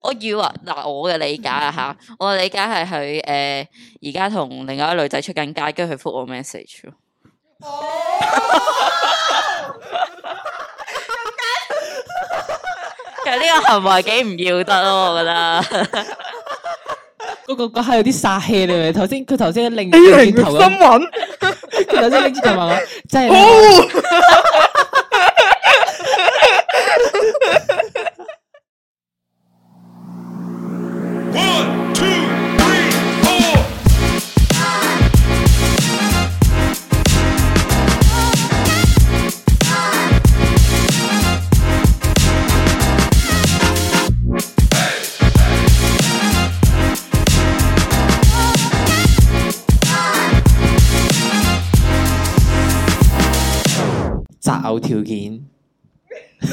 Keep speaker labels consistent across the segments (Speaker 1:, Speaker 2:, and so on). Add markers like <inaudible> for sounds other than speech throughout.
Speaker 1: 我以為嗱，我嘅理解啊吓，我嘅理解係佢诶而家同另外一個女仔出緊街，跟住佢覆我 message 咯。其實呢個行為幾唔要得咯，我覺得。
Speaker 2: 嗰個嗰下有啲殺氣你咪頭先佢頭先擰
Speaker 3: A 零
Speaker 2: 轉
Speaker 3: 新
Speaker 2: 頭咁，
Speaker 3: 聞，
Speaker 2: 佢頭先擰轉頭話我，真係你
Speaker 3: 哦，
Speaker 4: One, two, three, four.
Speaker 2: 擇偶條件。 <laughs>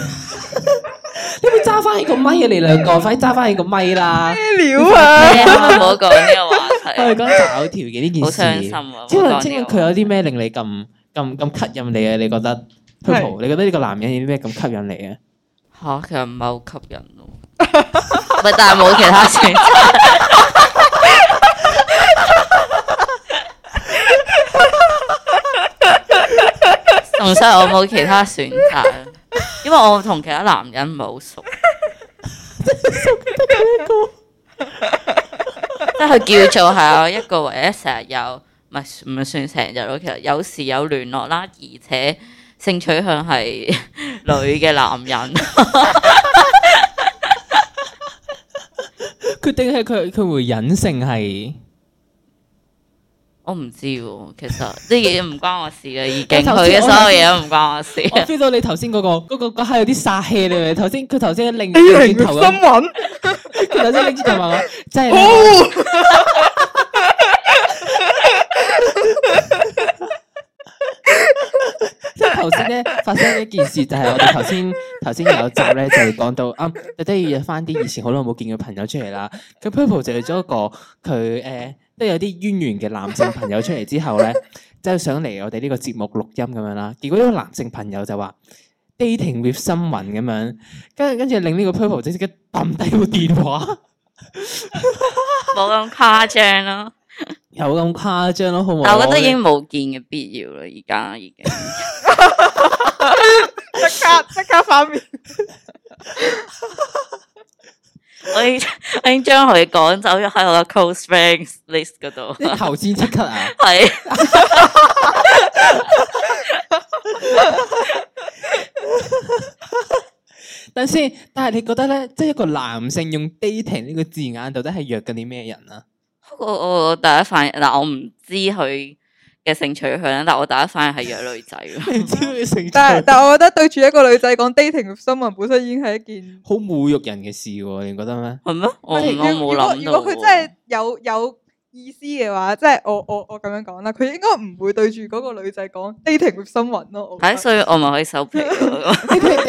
Speaker 2: 你咪揸翻起個咪啊！你兩個快啲揸翻起個咪啦！
Speaker 3: 咩料啊？
Speaker 1: 你可唔可以唔好講呢個話
Speaker 2: 我哋
Speaker 1: 題？
Speaker 2: 講擇偶條件呢件事，
Speaker 1: 好傷心啊
Speaker 2: 即
Speaker 1: 唔好
Speaker 2: 係
Speaker 1: 講
Speaker 2: 即係
Speaker 1: 呢個
Speaker 2: 佢有啲咩令你咁咁咁吸引你啊？你覺得 Purple，你覺得呢個男人有啲咩咁吸引你啊？
Speaker 1: <laughs> 吓，其實唔係好吸引咯。咪但係冇其他選擇。同所以我冇其他選擇，因為我同其他男人唔係好熟。即係佢叫做係我一個唯一成日有，唔係唔係算成日咯。其實有時有聯絡啦，而且性取向係女嘅男人。
Speaker 2: 佢定係佢佢會隱性係？
Speaker 1: 我唔知喎，其實 <laughs> 呢嘢唔關我事嘅，已經
Speaker 3: <laughs>
Speaker 2: 頭
Speaker 1: 佢嘅
Speaker 2: 先
Speaker 1: 所有嘢都唔關我事。
Speaker 2: <laughs> 我 feel 到你頭先嗰個嗰個嗰下有啲殺氣你咪頭先佢頭先擰
Speaker 3: A
Speaker 2: 擰
Speaker 3: 零
Speaker 2: 轉
Speaker 3: 新
Speaker 2: 頭咁，
Speaker 3: 聞，
Speaker 2: 佢頭先擰轉頭話我，真係你
Speaker 3: 哦，
Speaker 2: 即係頭 <laughs> 先咧發生一件事，就係我哋頭先頭先有集咧就係講到啊，你都要約翻啲以前好耐冇見嘅朋友出嚟啦。咁 Purple 就約咗一個佢誒、呃都有啲淵源嘅男性朋友出嚟之後咧，就想嚟我哋呢個節目錄音咁樣啦。結果呢個男性朋友就話 dating with someone 咁樣，跟住跟住令呢個 Purple 即即刻抌低部電話。
Speaker 1: 冇咁誇張
Speaker 3: <laughs>
Speaker 1: 咯，
Speaker 2: <laughs> 有咁誇張咯，好唔好？
Speaker 1: 但我覺得已經冇見嘅必要啦，而家已經。 <laughs>
Speaker 3: 即刻即刻反面，
Speaker 1: 我已經 <laughs> 我已經將佢趕走咗喺我嘅 close friends list 嗰度。
Speaker 2: 你頭先即刻啊！
Speaker 1: 係 <laughs>
Speaker 2: 等先，但係你覺得咧，即係一個男性用 dating 呢個字眼，到底係約緊啲咩人啊？
Speaker 1: 我我我第一反應嗱，我唔知佢嘅性取向啦，但我第一反應係約女仔咯。 <laughs>
Speaker 2: 你知佢成
Speaker 3: 但但我覺得對住一個女仔講 dating with someone 本身已經係一件。
Speaker 2: 好侮辱人嘅事喎，你覺得咩？
Speaker 1: 係咩？我我
Speaker 3: 喂如
Speaker 1: 冇
Speaker 3: 果
Speaker 1: 諗
Speaker 3: 如
Speaker 1: 到
Speaker 3: 果佢真係
Speaker 1: 喎。
Speaker 3: 有有意思嘅話，即係我我我咁樣講啦，佢應該唔會對住嗰個女仔講 dating with someone 咯。我覺
Speaker 1: 係，
Speaker 3: 得
Speaker 1: 所以我咪可以收皮咯。 <laughs>
Speaker 2: 你佢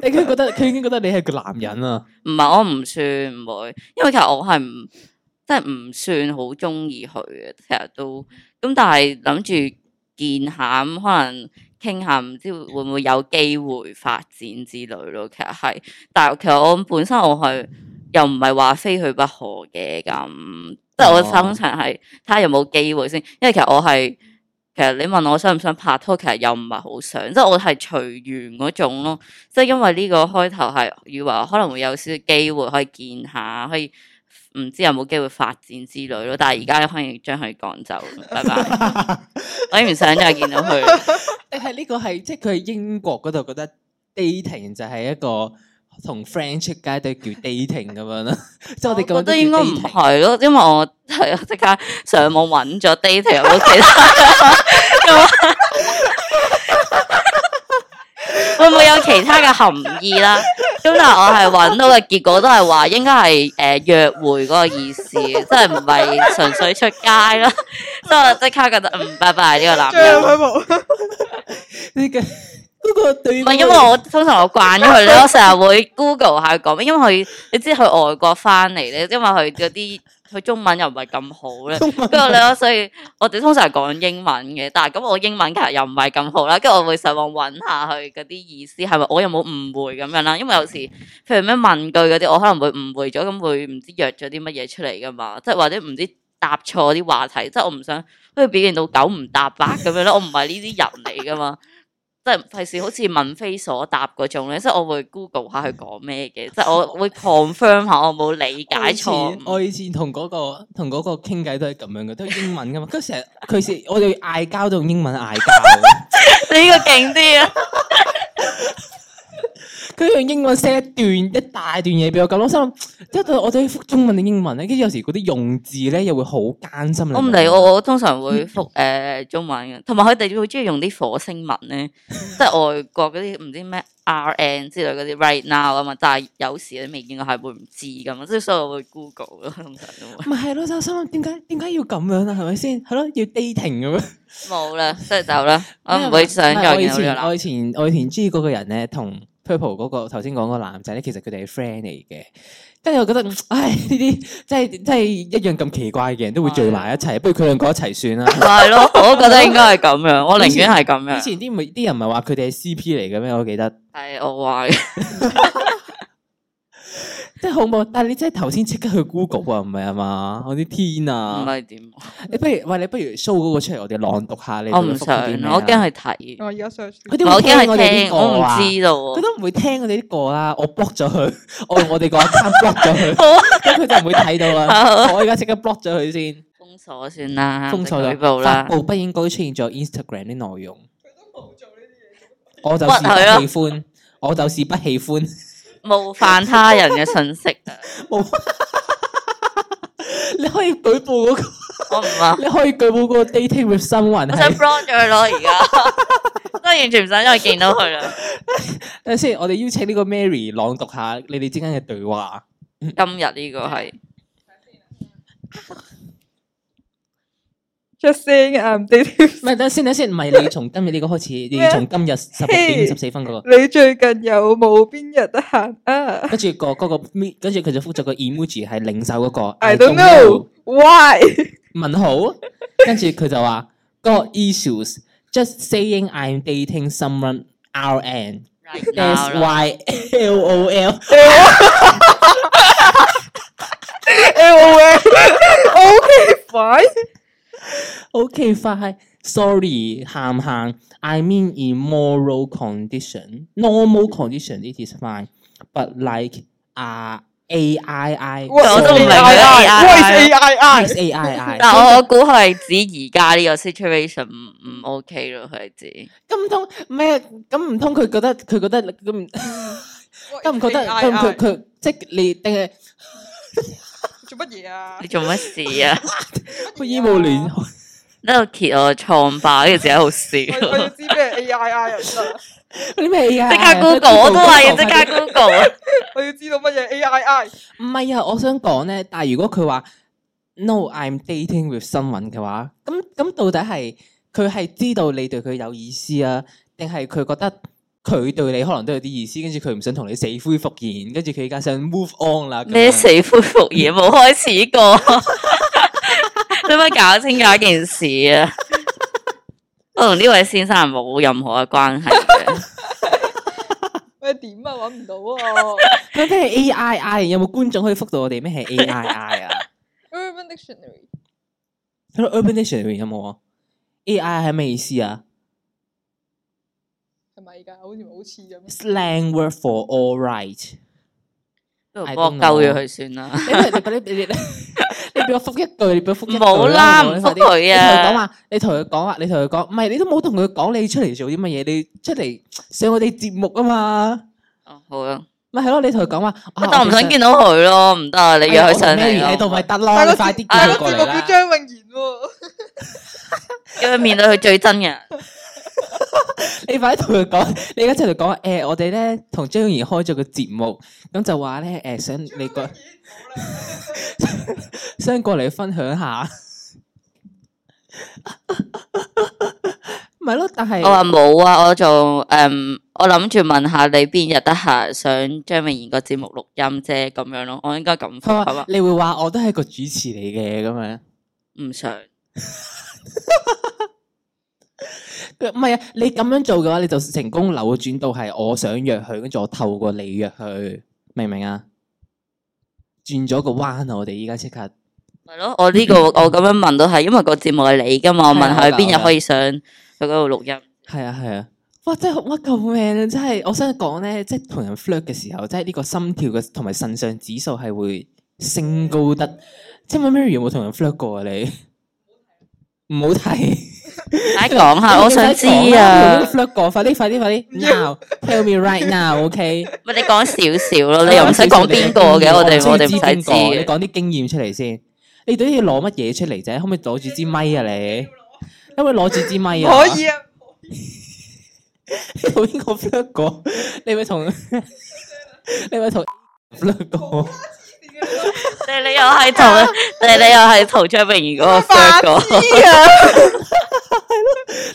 Speaker 2: 你 <laughs> 你佢覺得佢已經覺得你係個男人啊！
Speaker 1: 唔係我唔算唔會，因為其實我係唔即係唔算好中意佢嘅，其實都咁，但係諗住見下咁，可能傾下，唔知會唔會有機會發展之類咯。其實係，但係其實我本身我係又唔係話非佢不可嘅咁，即係我
Speaker 2: 哦
Speaker 1: 心情係睇下有冇機會先，因為其實我係。其實你問我想唔想拍拖，其實又唔係好想，即係我係隨緣嗰種咯。即係因為呢個開頭係以為可能會有少少機會可以見下，可以唔知有冇機會發展之類咯。但係而家可以將佢趕走，拜拜。我已經唔想再見到佢，
Speaker 2: 定係呢個係即係佢喺英國嗰度覺得 dating 就係一個同 friend 出街都叫 dating 咁樣啦，即係我哋咁
Speaker 1: 覺
Speaker 2: 樣
Speaker 1: 得
Speaker 2: 叫
Speaker 1: 應該唔
Speaker 2: dating
Speaker 1: 係咯，因為我係啊即刻上網揾咗 dating 有冇其他咁啊 <laughs> 會唔會有其他嘅含義啦？咁但係我係揾到嘅結果都係話應該係誒約會嗰個意思，即係唔係純粹出街啦。所以我即刻覺得嗯，拜拜呢個男
Speaker 3: 最
Speaker 1: 人
Speaker 3: 後佢冇，
Speaker 2: 呢個嗰個對
Speaker 1: 唔係因為我通常我慣咗佢咧，
Speaker 2: <laughs>
Speaker 1: 我成日會 Google 下佢講咩，因為佢你知佢外國翻嚟咧，因為佢嗰啲佢中文又唔係咁好咧，
Speaker 2: 中文
Speaker 1: 跟住咧，所以我哋通常講英文嘅，但係咁我英文其實又唔係咁好啦，跟住我會上網揾下佢嗰啲意思係咪我有冇誤會咁樣啦，因為有時譬如咩問句嗰啲，我可能會誤會咗，咁會唔知約咗啲乜嘢出嚟噶嘛，即係或者唔知答錯啲話題，即係我唔想佢表現到九唔搭八咁樣咧，我唔係呢啲人嚟噶嘛。即係費事好似問非所答嗰種咧，即係我會 Google 下佢講咩嘅，即係我會 confirm 下我冇理
Speaker 2: 我
Speaker 1: 解
Speaker 2: 以前
Speaker 1: 錯誤。
Speaker 2: 我以前同嗰、個同嗰個傾偈都係咁樣嘅，都係英文噶嘛。 <laughs> 跟住成日佢成我哋嗌交都用英文嗌交， <laughs>
Speaker 1: 你呢個勁啲啊！
Speaker 2: 佢用英文寫一段一大段嘢俾我咁，我心諗即係我哋覆中文定英文咧，跟住有時嗰啲用字咧又會好艱辛。
Speaker 1: 我唔理，我我通常會
Speaker 2: <laughs>
Speaker 1: 覆誒、呃中文嘅，同埋佢哋好中意用啲火星文
Speaker 2: <laughs>
Speaker 1: 咧，即係外國嗰啲唔知咩 RN 之類嗰啲 right now 啊嘛，但係有時你未見過係會唔知噶嘛，即係所以我會 Google 咯，通常都
Speaker 2: <laughs>
Speaker 1: 會
Speaker 2: 咪係咯，就心諗點解點解要咁樣啊？係咪先？係咯，要 dating 咁樣。
Speaker 1: 冇啦，即係走啦，啊我唔會想
Speaker 2: 因為
Speaker 1: 再
Speaker 2: 我以
Speaker 1: 見到呢
Speaker 2: 前
Speaker 1: 個
Speaker 2: 我
Speaker 1: 男
Speaker 2: 以前我以前中意嗰個人咧，同 Purple 嗰、個頭先講嗰個男仔咧，其實佢哋係 friend 嚟嘅。跟住我覺得，嗯唉，呢啲真係真係一樣咁奇怪嘅人都會聚埋一
Speaker 1: <laughs>
Speaker 2: 齊，不如佢兩個一齊算啦。
Speaker 1: 係
Speaker 2: <laughs>
Speaker 1: 咯，我都覺得應該係咁樣，我寧願係咁
Speaker 2: 以
Speaker 1: 樣，
Speaker 2: 前啲咪啲人咪話佢哋係 CP 嚟嘅咩？我記得
Speaker 1: 係我話嘅。
Speaker 2: 即係好冇，但係你真係頭先即刻去 Google 啊，唔係啊嘛？我啲天
Speaker 1: 唔
Speaker 2: 啊！
Speaker 1: 係點？
Speaker 2: 你不如喂，你不如 show 嗰個出嚟，我哋朗讀下你。
Speaker 1: 我唔想，我驚
Speaker 2: 驚
Speaker 1: 係睇，
Speaker 3: 我而家 search
Speaker 2: 啊佢
Speaker 1: 我
Speaker 2: 哋會
Speaker 1: 驚
Speaker 2: 聽我哋
Speaker 1: 係
Speaker 2: 啲
Speaker 1: 聽，我唔
Speaker 2: 歌啊
Speaker 1: 知
Speaker 2: 佢
Speaker 1: 道
Speaker 2: 都唔會聽我哋啲歌啦，我 block 咗佢，我用我哋個 account block 咗佢，
Speaker 1: 喎。好
Speaker 2: 咁佢就唔會睇到
Speaker 1: 好
Speaker 2: <laughs> 啦。我而家即刻 block 咗佢先，
Speaker 1: 封鎖算啦，
Speaker 2: 封鎖
Speaker 1: 舉報
Speaker 2: 咗，發
Speaker 1: 啦。
Speaker 2: 布不應該出現咗 Instagram 啲內容。
Speaker 3: 冇做呢啲嘢。
Speaker 2: 我就是
Speaker 1: 屈佢啊
Speaker 2: 不喜歡，我就是不喜歡。 <laughs>
Speaker 1: 冒犯他人嘅信息 <laughs> 啊！
Speaker 2: 你可以舉報嗰個，
Speaker 1: 我唔啊，
Speaker 2: 你可以舉報嗰個 dating with someone
Speaker 1: 我想
Speaker 2: 係。
Speaker 1: block 咗佢咯，而家 <laughs> 真係完全唔想再見到佢 <laughs> 啦。
Speaker 2: 等陣先，我哋邀請呢個 Mary 朗讀下你哋之間嘅對話。
Speaker 1: 今日呢個係
Speaker 3: Just saying um, I'm <laughs> dating
Speaker 2: 唔係，等陣先，等陣先，唔係你從今日呢個開始，你
Speaker 3: 咩啊
Speaker 2: 從今日十六點十四分嗰個。
Speaker 3: 你最近有冇邊日得閒啊
Speaker 2: 跟住個嗰個咪跟住佢就覆咗個 emoji 係領袖嗰個
Speaker 3: ？I don't know why。
Speaker 2: 問 <laughs> 號，跟住佢就話個 issues just saying I'm dating someone R N
Speaker 1: right
Speaker 2: S
Speaker 1: now 啦。
Speaker 2: Y L O L，
Speaker 3: L O L。OK fine。
Speaker 2: OK fine sorry 喊喊，I mean in moral condition normal condition it is fine but like 啊 A I
Speaker 3: 啊
Speaker 2: I
Speaker 1: 我都唔明
Speaker 3: AI
Speaker 2: 啊
Speaker 1: AI
Speaker 3: What is AI
Speaker 2: A <laughs> I I
Speaker 1: <laughs> 但我我估佢係指而家呢個 situation 唔唔 OK 咯，佢係指
Speaker 2: 咁唔通咩？咁唔通佢覺得佢覺得咁唔咁唔覺得咁佢佢即係你定係
Speaker 3: 做乜嘢啊
Speaker 1: 你？做乜事 <laughs> 啊？
Speaker 2: 個醫務聯
Speaker 1: 喺度揭我創霸，跟住自己好笑。
Speaker 3: 我我要知咩 AI 啊！
Speaker 2: 嗰啲咩啊？
Speaker 1: 即 <laughs> 刻 Google，我都話要即刻 Google 啊！
Speaker 3: 我要知道乜嘢 AI。
Speaker 2: 唔係啊！我想講咧，但係如果佢話 No, I'm dating with someone 嘅話，咁咁到底係佢係知道你對佢有意思啊，定係佢覺得佢對你可能都有啲意思，跟住佢唔想同你死灰復燃，跟住佢而家想 move on 啦？咁啊樣
Speaker 1: 咩死灰復燃冇開始過， <laughs> 你咪搞清楚一件事啊！我同呢位先生係冇任何嘅關係
Speaker 2: <laughs>
Speaker 1: 嘅，
Speaker 3: 喂，點啊？揾唔到啊
Speaker 2: 咁咩 A I I？有冇觀眾可以覆到我哋
Speaker 1: <laughs>
Speaker 2: 咩係 A I I 啊？
Speaker 3: ！Urban Dictionary
Speaker 2: 喺 Urban Dictionary 入面有冇啊？A I 係咩意思啊
Speaker 3: 係咪㗎？好似好似咁。
Speaker 2: ？Slang word for all right。
Speaker 1: 不
Speaker 2: 係
Speaker 1: 如幫我鳩咗佢算啦。
Speaker 2: 你你 <laughs> 你你你俾我覆一句，你俾我覆一句
Speaker 1: 冇啦，唔
Speaker 2: 好
Speaker 1: 復
Speaker 2: 唔好
Speaker 1: 佢
Speaker 2: 你同佢講
Speaker 1: 啊！
Speaker 2: 話，你同佢講話，你同佢講，唔係你都冇同佢講你出嚟做啲乜嘢，你出嚟上我哋節目啊嘛，
Speaker 1: 哦好啊，
Speaker 2: 咪係咯，你同佢講話，啊
Speaker 1: 但我唔想見到佢咯，唔得啊！你
Speaker 2: 你
Speaker 1: 約佢上
Speaker 2: 喺
Speaker 1: 嚟
Speaker 2: 度
Speaker 1: 咯，
Speaker 2: 咪得
Speaker 3: 但
Speaker 2: 咯，
Speaker 3: 係
Speaker 2: 你
Speaker 3: 個
Speaker 2: 快啲
Speaker 3: 但
Speaker 2: 叫
Speaker 3: 係
Speaker 2: 佢
Speaker 3: 個
Speaker 2: 過
Speaker 3: 節
Speaker 2: 嚟
Speaker 3: 目叫
Speaker 2: 啦。
Speaker 1: 叫
Speaker 3: 張穎賢喎。
Speaker 1: 佢面對佢最真
Speaker 2: <laughs>
Speaker 1: 嘅。
Speaker 2: 你快啲同佢講，你而家出嚟講話， <laughs> 誒我哋咧同張穎開咗個節目，咁就話咧誒想你個 <laughs> 想過嚟分享下。 <laughs> 唔係咯，但係
Speaker 1: 我話冇啊，我仲诶、嗯我諗住問下你邊日得閒想張明賢個節目錄音啫，咁樣咯，我應該咁
Speaker 2: 佢
Speaker 1: 复系
Speaker 2: 話
Speaker 1: 嘛？
Speaker 2: 你會話我都係個主持嚟嘅咁樣。
Speaker 1: 唔想，
Speaker 2: 佢唔係啊，你咁樣做嘅話，你就成功扭轉到係我想約佢，跟住我透過你約佢，明唔明啊？轉咗個彎啊！我哋依家即刻
Speaker 1: 係咯，我呢、個我咁樣問都係，因為個節目係你啊噶嘛，我問下佢邊日可以上佢嗰度錄音。
Speaker 2: 係啊係啊！哇！真係哇救命啊！真係我想講咧，即係同人 flirt 嘅時候，即係呢個心跳嘅同埋腎上指數係會升高得。即係 Mary 有冇同人 flirt 過啊？你唔好睇。
Speaker 1: 大家講下，我想知啊，
Speaker 2: ！flirt 過，快啲快
Speaker 1: <laughs>
Speaker 2: 啲快啲！Now，tell me right now，OK？
Speaker 1: 咪你講少少咯，啊你又唔使講邊個嘅，我哋我哋唔使知
Speaker 2: 你
Speaker 1: 嘅。
Speaker 2: 講啲經驗出嚟先。你到底要攞乜嘢出嚟啫？可唔可以攞住支咪
Speaker 1: <laughs>
Speaker 2: 啊？你可唔可以攞住支咪
Speaker 3: 唔
Speaker 2: 啊？
Speaker 3: 可以啊，
Speaker 2: 你同邊個 flirt 過？你咪同 <laughs> 你咪同 flirt 過？
Speaker 1: 你你又係 <laughs> 同你你又係同張明賢嗰個 friend
Speaker 3: 白
Speaker 1: 個
Speaker 3: 痴啊！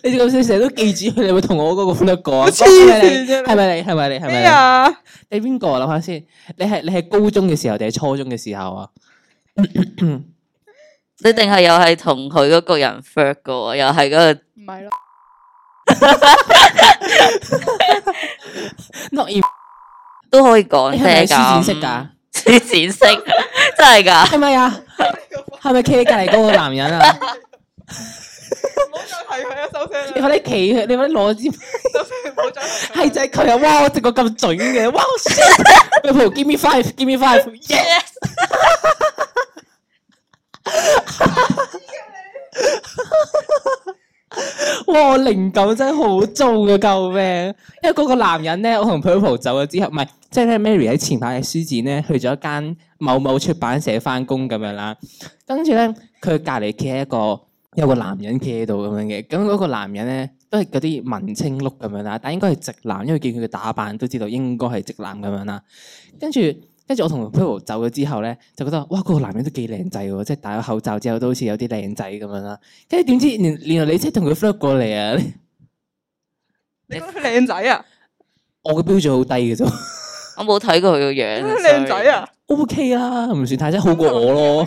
Speaker 2: 你咁先成日都記住佢，你咪同我嗰個 flirt 過啊？
Speaker 3: 我黐線啫
Speaker 2: 係咪你？係咪你？係咪
Speaker 3: 咩
Speaker 2: 你？
Speaker 3: 啊？
Speaker 2: 你邊個啊？諗下先，你係你係高中嘅時候定係初中嘅時候啊？
Speaker 1: 你定係又係同佢嗰個人 f i r t 過，又係嗰個
Speaker 3: 唔係咯，
Speaker 2: 諾言
Speaker 1: 都可以講
Speaker 2: 你係咪
Speaker 1: 啫
Speaker 2: 書展
Speaker 1: 咁。
Speaker 2: 識㗎？
Speaker 1: 黐線色，真係㗎。
Speaker 2: 係咪啊？係咪企喺隔離嗰個男人
Speaker 3: <laughs>
Speaker 2: 啊？
Speaker 3: 唔好再提佢啊！收
Speaker 2: 你
Speaker 3: 聲啦，
Speaker 2: 快啲企佢，你快啲攞支
Speaker 3: 收聲，唔好再提佢
Speaker 2: 係就係佢啊！哇，我直覺咁準嘅，哇！shit！喂，
Speaker 3: <laughs>
Speaker 2: 譬 give me five，give me five，yeah！哇，我靈感真係好糟嘅，救命！因為嗰個男人咧，我同 Purple 走咗之後，唔係即係咧，Mary 喺前排嘅書展咧，去咗一間某某出版社翻工咁樣啦。跟住咧，佢隔離企喺一個有個男人企喺度咁樣嘅，咁嗰個男人咧都係嗰啲文青碌咁樣啦，但應該係直男，因為見佢嘅打扮都知道應該係直男咁樣啦。跟住跟住我同 Purple 走咗之後咧，就覺得哇，嗰、個男人都幾靚仔喎，即係戴咗口罩之後都好似有啲靚仔咁樣啦。跟住點知原原來你即係同佢 flirt 過嚟啊！ <laughs>
Speaker 3: 你覺得佢靚仔啊？
Speaker 2: 我嘅標準好低嘅啫 <laughs>
Speaker 1: 我冇睇過佢個樣 <laughs> 啊。
Speaker 3: 靚仔啊！
Speaker 2: ，OK 啦，唔算太差，好過我咯，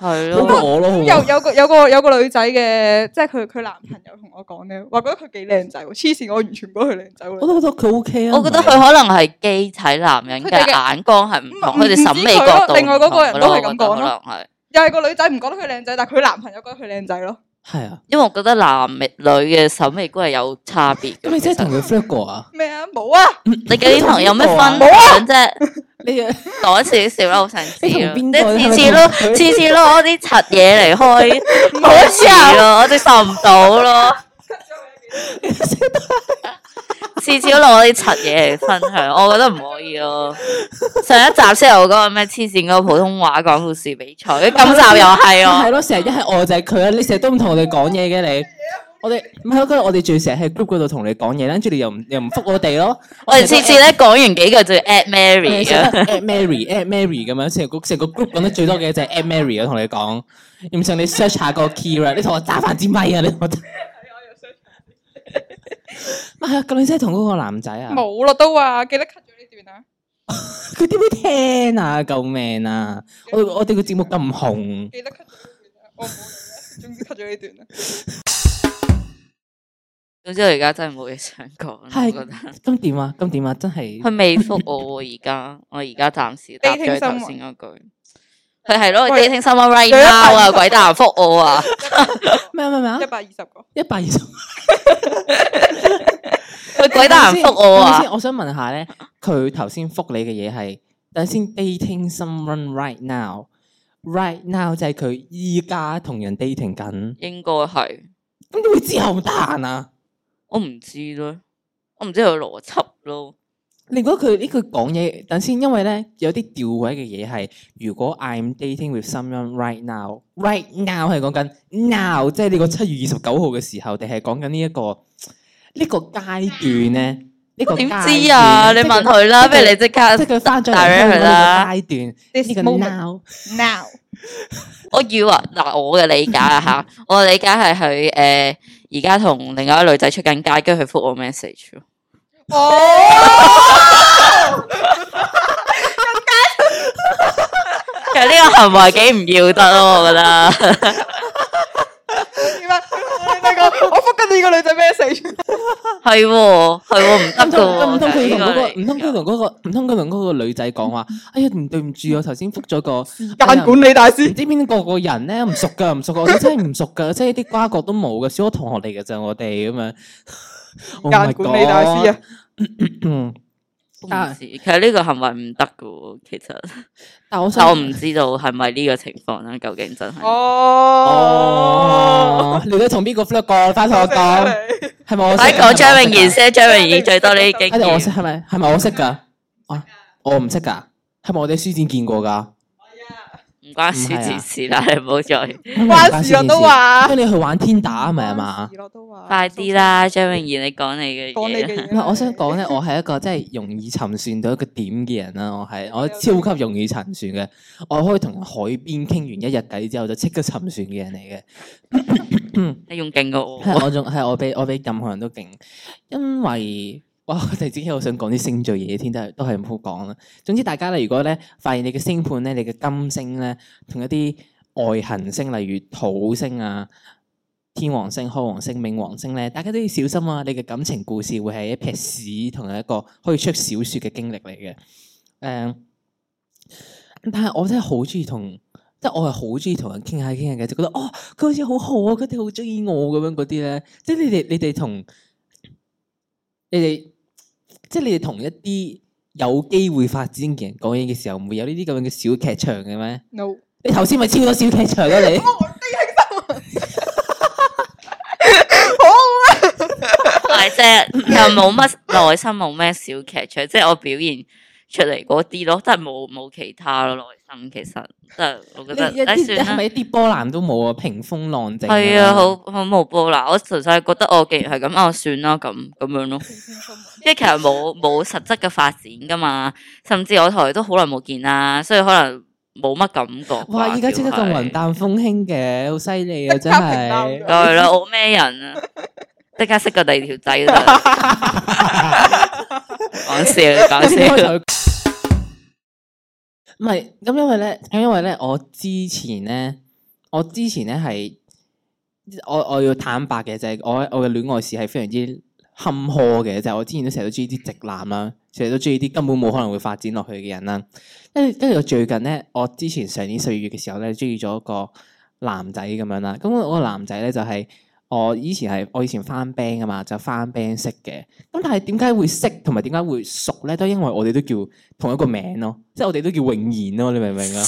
Speaker 1: sorry！係
Speaker 2: 好過
Speaker 1: 咯，
Speaker 2: 我咯，好過
Speaker 3: 有
Speaker 2: 我
Speaker 3: 有個有個有個女仔嘅，即係佢佢男朋友同我講嘅，話覺得佢幾靚仔喎，黐線！我完全唔覺得佢靚仔
Speaker 2: 我
Speaker 3: 喎。
Speaker 2: 都覺得佢 OK 啊。
Speaker 1: 我覺得
Speaker 2: 唔係
Speaker 1: 佢可能係基睇男人
Speaker 3: 佢哋
Speaker 1: 嘅眼光係唔同，
Speaker 3: 唔
Speaker 1: 佢哋審美角度唔同咯。
Speaker 3: 唔知佢咯另外嗰個人都係咁
Speaker 1: 我覺得可
Speaker 3: 講咯
Speaker 1: 能係。
Speaker 3: 又係個女仔唔覺得佢靚仔，但係佢男朋友覺得佢靚仔咯。
Speaker 2: 係啊，
Speaker 1: 因為我覺得男女嘅審美觀係有差別
Speaker 2: 咁
Speaker 1: 嘅。
Speaker 2: 你即係
Speaker 1: 其實
Speaker 2: 同佢 flirt
Speaker 1: <laughs>
Speaker 2: 過啊？
Speaker 3: 咩啊？冇啊！
Speaker 1: 你究竟同有咩分
Speaker 2: 冇啊
Speaker 1: 享啫？
Speaker 2: 你
Speaker 1: 啊講少少啦，好想知
Speaker 2: 你同
Speaker 1: 咯。
Speaker 2: 邊個
Speaker 1: 你
Speaker 2: 咧
Speaker 1: 次次咯，
Speaker 2: 係咪同佢
Speaker 1: 次次攞啲柒嘢嚟開，唔
Speaker 2: <laughs>
Speaker 1: 好笑咯，我哋受唔到咯。次次都攞啲柒嘢嚟分享，我覺得唔可以咯。上一集先有嗰個咩黐線嗰個普通話講故事比賽，今集又係
Speaker 2: 係 <laughs>
Speaker 1: 哦。
Speaker 2: 咯，成日一係我就係佢啊！你成日都唔同我哋講嘢嘅你。我哋唔係，嗰日我哋最成日喺 group 嗰度同你講嘢，跟住你又唔又唔覆我哋咯。
Speaker 1: 我哋次次咧講完幾句就要 at
Speaker 2: 我哋
Speaker 1: Mary 啊
Speaker 2: 成日
Speaker 1: 嘅，
Speaker 2: 都 at <laughs> Mary，at Mary 咁樣，成個成個 group 講得最多嘅就係 at Mary 我同你講，要唔信你 search 下個 key 啦，你同我揸翻支咪啊！你同 <laughs> 我揸，唔係啊，咁你真係同嗰個男仔啊？
Speaker 3: 冇啦都話，記得 cut 咗呢段啊！
Speaker 2: 佢點會聽啊？救命啊！我我哋個節目咁紅，
Speaker 3: 記得 cut 咗呢段啊！我唔好理啦，總之 cut 咗呢段啦。
Speaker 1: 總之我而家真係冇嘢想講，我覺
Speaker 2: 係
Speaker 1: 得。
Speaker 2: 咁點啊？咁點啊？真係
Speaker 1: 佢未覆我喎，而家我而家暫時答咗
Speaker 3: Dating
Speaker 1: 佢頭先嗰句。佢係咯
Speaker 3: 喂
Speaker 1: ，dating someone right
Speaker 3: 有一
Speaker 1: now 啊，
Speaker 3: 份
Speaker 1: 鬼得人覆我
Speaker 2: <laughs>
Speaker 1: 啊！
Speaker 2: 咩咩咩啊
Speaker 3: <laughs> 一？百二十個，
Speaker 2: 一百二十。
Speaker 1: 佢鬼得人覆我
Speaker 2: 等陣
Speaker 1: 啊！
Speaker 2: 先我想問下咧，佢頭先覆你嘅嘢係等陣先 dating someone right now，right now 就係佢依家同人 dating 緊，
Speaker 1: 應該係，
Speaker 2: 咁點會之後彈啊？
Speaker 1: 我唔知咯，我唔知佢邏輯咯。
Speaker 2: 你覺得佢呢句講嘢，等先，因為咧有啲調位嘅嘢係，如果 I'm dating with someone right now，right now 係講緊 now，即係呢個七月二十九號嘅時候，定係講緊呢一個呢、個階段咧？呢、個
Speaker 1: 點
Speaker 2: 階
Speaker 1: 知啊？
Speaker 2: 段
Speaker 1: 你
Speaker 2: 呢
Speaker 1: 問佢啦，不
Speaker 2: 即係
Speaker 1: 如你即刻
Speaker 2: 即係佢翻咗嚟
Speaker 1: direct
Speaker 2: 香港
Speaker 1: 佢
Speaker 2: 呢
Speaker 1: 啦
Speaker 2: 個階段，
Speaker 3: This
Speaker 2: 呢個
Speaker 3: moment
Speaker 2: now。
Speaker 3: now
Speaker 1: 我以為嗱，我嘅理解啊吓，我嘅理解係佢诶而家同另外一個女仔出緊街，跟住佢覆我 message 咯。
Speaker 3: 哦
Speaker 1: 其實呢個行為幾唔要得咯，我覺
Speaker 2: <laughs>
Speaker 1: 得。
Speaker 3: 點啊？我哋兩個我覆緊你個女仔 message，
Speaker 1: 係喎，係喎，唔
Speaker 2: 唔
Speaker 1: 得
Speaker 2: 通
Speaker 1: 噶。
Speaker 2: 唔通佢同嗰
Speaker 1: 個
Speaker 2: 個唔通佢同嗰個唔通佢同嗰個女仔講話？哎呀，唔對唔住，我頭先覆咗個
Speaker 3: 間管理大師
Speaker 2: 唔。知邊個個人咧唔熟噶，唔熟噶，我哋真係唔熟噶，即係啲瓜葛都冇嘅，小學同學嚟嘅咋，我哋咁樣。Oh my
Speaker 3: 間管理大師啊！
Speaker 2: God！
Speaker 1: 唔知其實呢個行為唔得噶喎，其實。
Speaker 2: 啊但我
Speaker 1: 但我
Speaker 2: 想
Speaker 1: 唔知道係咪呢個情況啦，究竟真係。
Speaker 3: 哦，
Speaker 2: 哦，你都同邊個 flirt 過？翻同我講，係咪我
Speaker 1: 我
Speaker 2: 識㗎？
Speaker 1: 講張穎
Speaker 2: 係咪我
Speaker 1: 賢
Speaker 2: 識㗎
Speaker 1: 先，張穎賢最多呢啲經
Speaker 2: 哎我識
Speaker 1: 驗。
Speaker 2: 係咪？係咪我識噶？啊，我唔識噶，係咪我哋書展見過
Speaker 3: <laughs>
Speaker 2: 噶？
Speaker 1: 唔關書
Speaker 2: 啊
Speaker 1: 節事啦，你唔好再。
Speaker 3: 關事我啊都話
Speaker 2: 因為你去玩天打咪係嘛？
Speaker 1: 快啲啦，張穎賢，你講你嘅
Speaker 3: 講你
Speaker 1: 嘢
Speaker 3: 嘅
Speaker 1: 啦。
Speaker 3: 嘢
Speaker 2: 唔
Speaker 3: 啦。
Speaker 2: 係，我想講咧，我係一個真係容易沉船到一個點嘅人啦。我係我超級容易沉船嘅，我可以同人海邊傾完一日偈之後就即刻沉船嘅人嚟嘅。
Speaker 1: 你用勁過
Speaker 2: <laughs>
Speaker 1: 我。
Speaker 2: 係我仲係我比我比任何人都勁，因為哇！ <laughs> 我突然之間好想講啲星座嘢添，但係都係唔好講啦。總之大家咧，如果咧發現你嘅星盤咧，你嘅金星咧同一啲外行星，例如土星啊、天王星、海王星、冥王星咧，大家都要小心啊！你嘅感情故事會係一撇屎，同埋一個可以出小説嘅經歷嚟嘅。誒、但係我真係好中意同。即係我係好中意同人傾下傾下嘅，就覺得哦，佢好似好好啊，佢哋好中意我咁樣嗰啲咧。即係你哋你哋同你哋，即係你哋同一啲有機會發展嘅人講嘢嘅時候，唔會有呢啲咁樣嘅小劇場嘅咩？
Speaker 3: no，
Speaker 2: 你頭先咪超多小劇場咯、你。
Speaker 1: 大啫，又冇乜內心冇咩小劇場，即係我表現出嚟嗰啲咯，真係冇冇其他咯，內心其實真係我覺
Speaker 2: 你一
Speaker 1: 得，唉
Speaker 2: 啲係
Speaker 1: 算
Speaker 2: 咪
Speaker 1: 啦，
Speaker 2: 一啲波瀾都冇啊？平風浪靜。
Speaker 1: 係啊，好好無波啦，我純粹係覺得我既然係咁，啊算啦，咁咁樣咯，即係其實冇冇實質嘅發展噶嘛，甚至我同佢都好耐冇見啦，所以可能冇乜感覺啩。
Speaker 2: 哇！依家即刻咁雲
Speaker 1: 叫係，
Speaker 2: 淡風輕嘅，好犀利啊！
Speaker 3: 即
Speaker 2: 真
Speaker 3: 刻平淡咗
Speaker 2: 係。
Speaker 1: 梗係啦，我咩人啊？即刻識個第二條仔
Speaker 2: <laughs>
Speaker 1: 都得，講笑講笑。
Speaker 2: 唔係咁，因為咧，咁因為咧，我之前咧，我之前咧係，我我要坦白嘅就係、我我嘅戀愛史係非常之坎坷嘅，就係、我之前都成日都中意啲直男啦，成日都中意啲根本冇可能會發展落去嘅人啦。跟住跟住我最近咧，我之前上年十二月嘅時候咧，中意咗個男仔咁樣啦。咁我個男仔咧就係、我以前係我以前翻 band 啊嘛，就翻 band 識嘅。咁但係點解會識同埋點解會熟咧？都因為我哋都叫同一個名咯，即係我哋都叫永賢咯，你明唔明啊？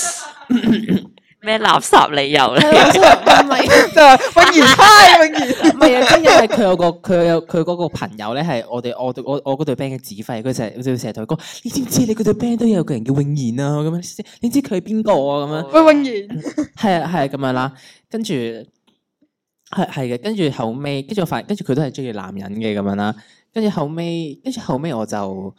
Speaker 1: 咩垃圾理由咧？
Speaker 2: <laughs> 係啊，唔係
Speaker 3: 就係永然派，永然
Speaker 2: <laughs> 唔係啊，即係因為佢有個佢有佢嗰個朋友咧，係我哋我哋我我嗰隊 band 嘅指揮，佢成日佢成日同佢講，你知唔知你嗰隊 band 都有個人叫永賢啊？咁樣，你知佢係邊個啊？咁樣。
Speaker 3: 喂，永然
Speaker 2: <laughs> 係啊，係啊，咁樣啦，跟住係係嘅，跟住後尾，跟住我發現，跟住佢都係中意男人嘅咁樣啦，跟住後尾，跟住後尾我就誒、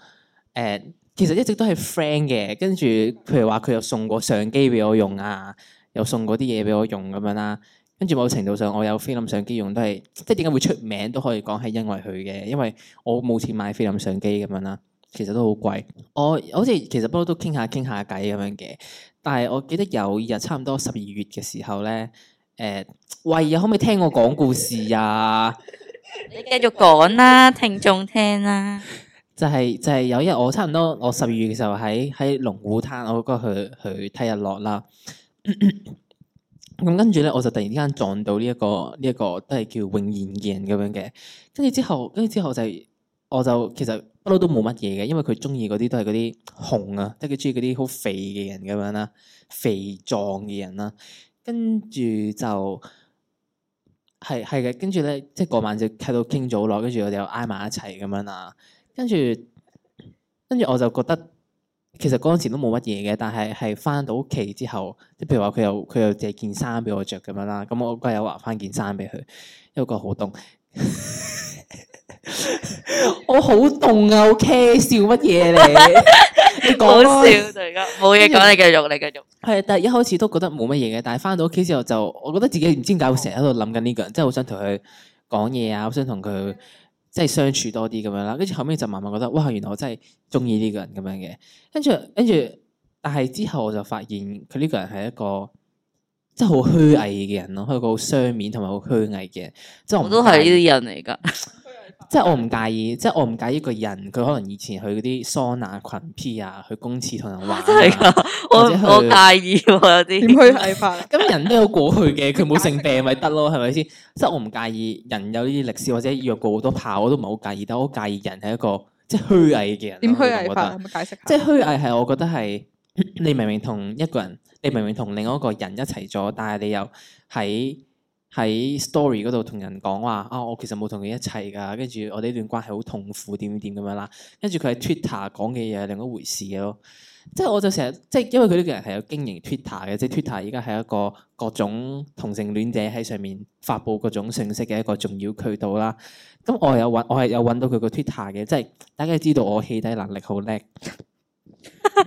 Speaker 2: 呃其實一直都係 friend 嘅，跟住譬如話佢又送過相機俾我用啊，又送嗰啲嘢俾我用咁樣啦，跟住某程度上我有菲林相機用都係，即係點解會出名都可以講係因為佢嘅，因為我冇錢買菲林相機咁樣啦，其實都好貴，我好似其實不嬲都傾下傾下偈咁樣嘅。但係我記得有日差唔多十二月嘅時候咧，誒、喂啊，可唔可以聽我講故事啊？
Speaker 1: 你繼續講啦，聽眾聽啦。
Speaker 2: 就係、就係、有一日我差唔多我十二月嘅時候喺喺龍鼓灘，我嗰日去去睇日落啦。咁跟住咧，我就突然之間撞到呢、一個呢一、個都係叫永賢嘅人咁樣嘅。跟住之後，跟住之後就係我就其實不嬲都冇乜嘢嘅，因為佢中意嗰啲都係嗰啲紅啊，即係佢中意嗰啲好肥嘅人咁樣啦，肥壯嘅人啦。跟住就係係嘅，跟住咧即係嗰晚就喺度傾咗好耐，跟住我哋又挨埋一齊咁樣啦。跟住跟住我就覺得其實嗰陣時都冇乜嘢嘅，但係係翻到屋企之後，即係譬如話佢又佢又借件衫俾我着咁樣啦，咁我嗰日又還翻件衫俾佢，因為個好
Speaker 1: <laughs>
Speaker 2: 凍。 <laughs> 我好凍啊！OK，笑乜嘢你？你
Speaker 1: 好
Speaker 2: 講
Speaker 1: 笑
Speaker 2: 啊
Speaker 1: 突然間冇嘢講，你繼續，你繼續。
Speaker 2: 係，但係一開始都覺得冇乜嘢嘅，但係翻到屋企之後就，我覺得自己唔知點解會成日喺度諗緊呢個人，真係好想同佢講嘢啊，好想同佢即係相處多啲咁樣啦。跟住後尾就慢慢覺得，哇！原來我真係中意呢個人咁樣嘅。跟住跟住，但係之後我就發現佢呢個人係一個即係好虛偽嘅人咯，佢個好雙面同埋好虛偽嘅人。即係
Speaker 1: 我
Speaker 2: 唔
Speaker 1: 都係呢
Speaker 2: 介意
Speaker 1: 啲人嚟㗎。
Speaker 2: 即係我唔介意，即係我唔介意一個人，佢可能以前去嗰啲桑拿群 P 啊，去公廁同人玩、啊，
Speaker 1: <laughs> 真係㗎，我
Speaker 2: 或者佢
Speaker 1: 我介意喎有
Speaker 3: 點
Speaker 1: 啲。
Speaker 3: 虛偽法？
Speaker 2: 咁人都有過去嘅，佢冇性病咪得咯，係咪先？即係我唔介意人有呢啲歷史，或者約過好多炮，我都唔係好介意，但我好介意人係一個即係虛偽嘅人咯。
Speaker 3: 點虛
Speaker 2: 我
Speaker 3: 偽
Speaker 2: 覺
Speaker 3: 法？
Speaker 2: 得
Speaker 3: 可唔可以解釋下？
Speaker 2: 即係虛偽係我覺得係 <clears throat> 你明明同一個人，你明明同另外一個人一齊咗，但係你又喺喺 story 嗰度同人講話啊，我其實冇同佢一齊㗎，跟住我哋呢段關係好痛苦，點點點咁樣啦。跟住佢喺 Twitter 講嘅嘢係另一回事嘅咯。即係我就成日即係因為佢呢個人係有經營 Twitter 嘅，即係 Twitter 而家係一個各種同性戀者喺上面發布各種信息嘅一個重要渠道啦。咁我係有揾，我係有揾到佢個 Twitter 嘅，即係大家知道我起底能力好叻，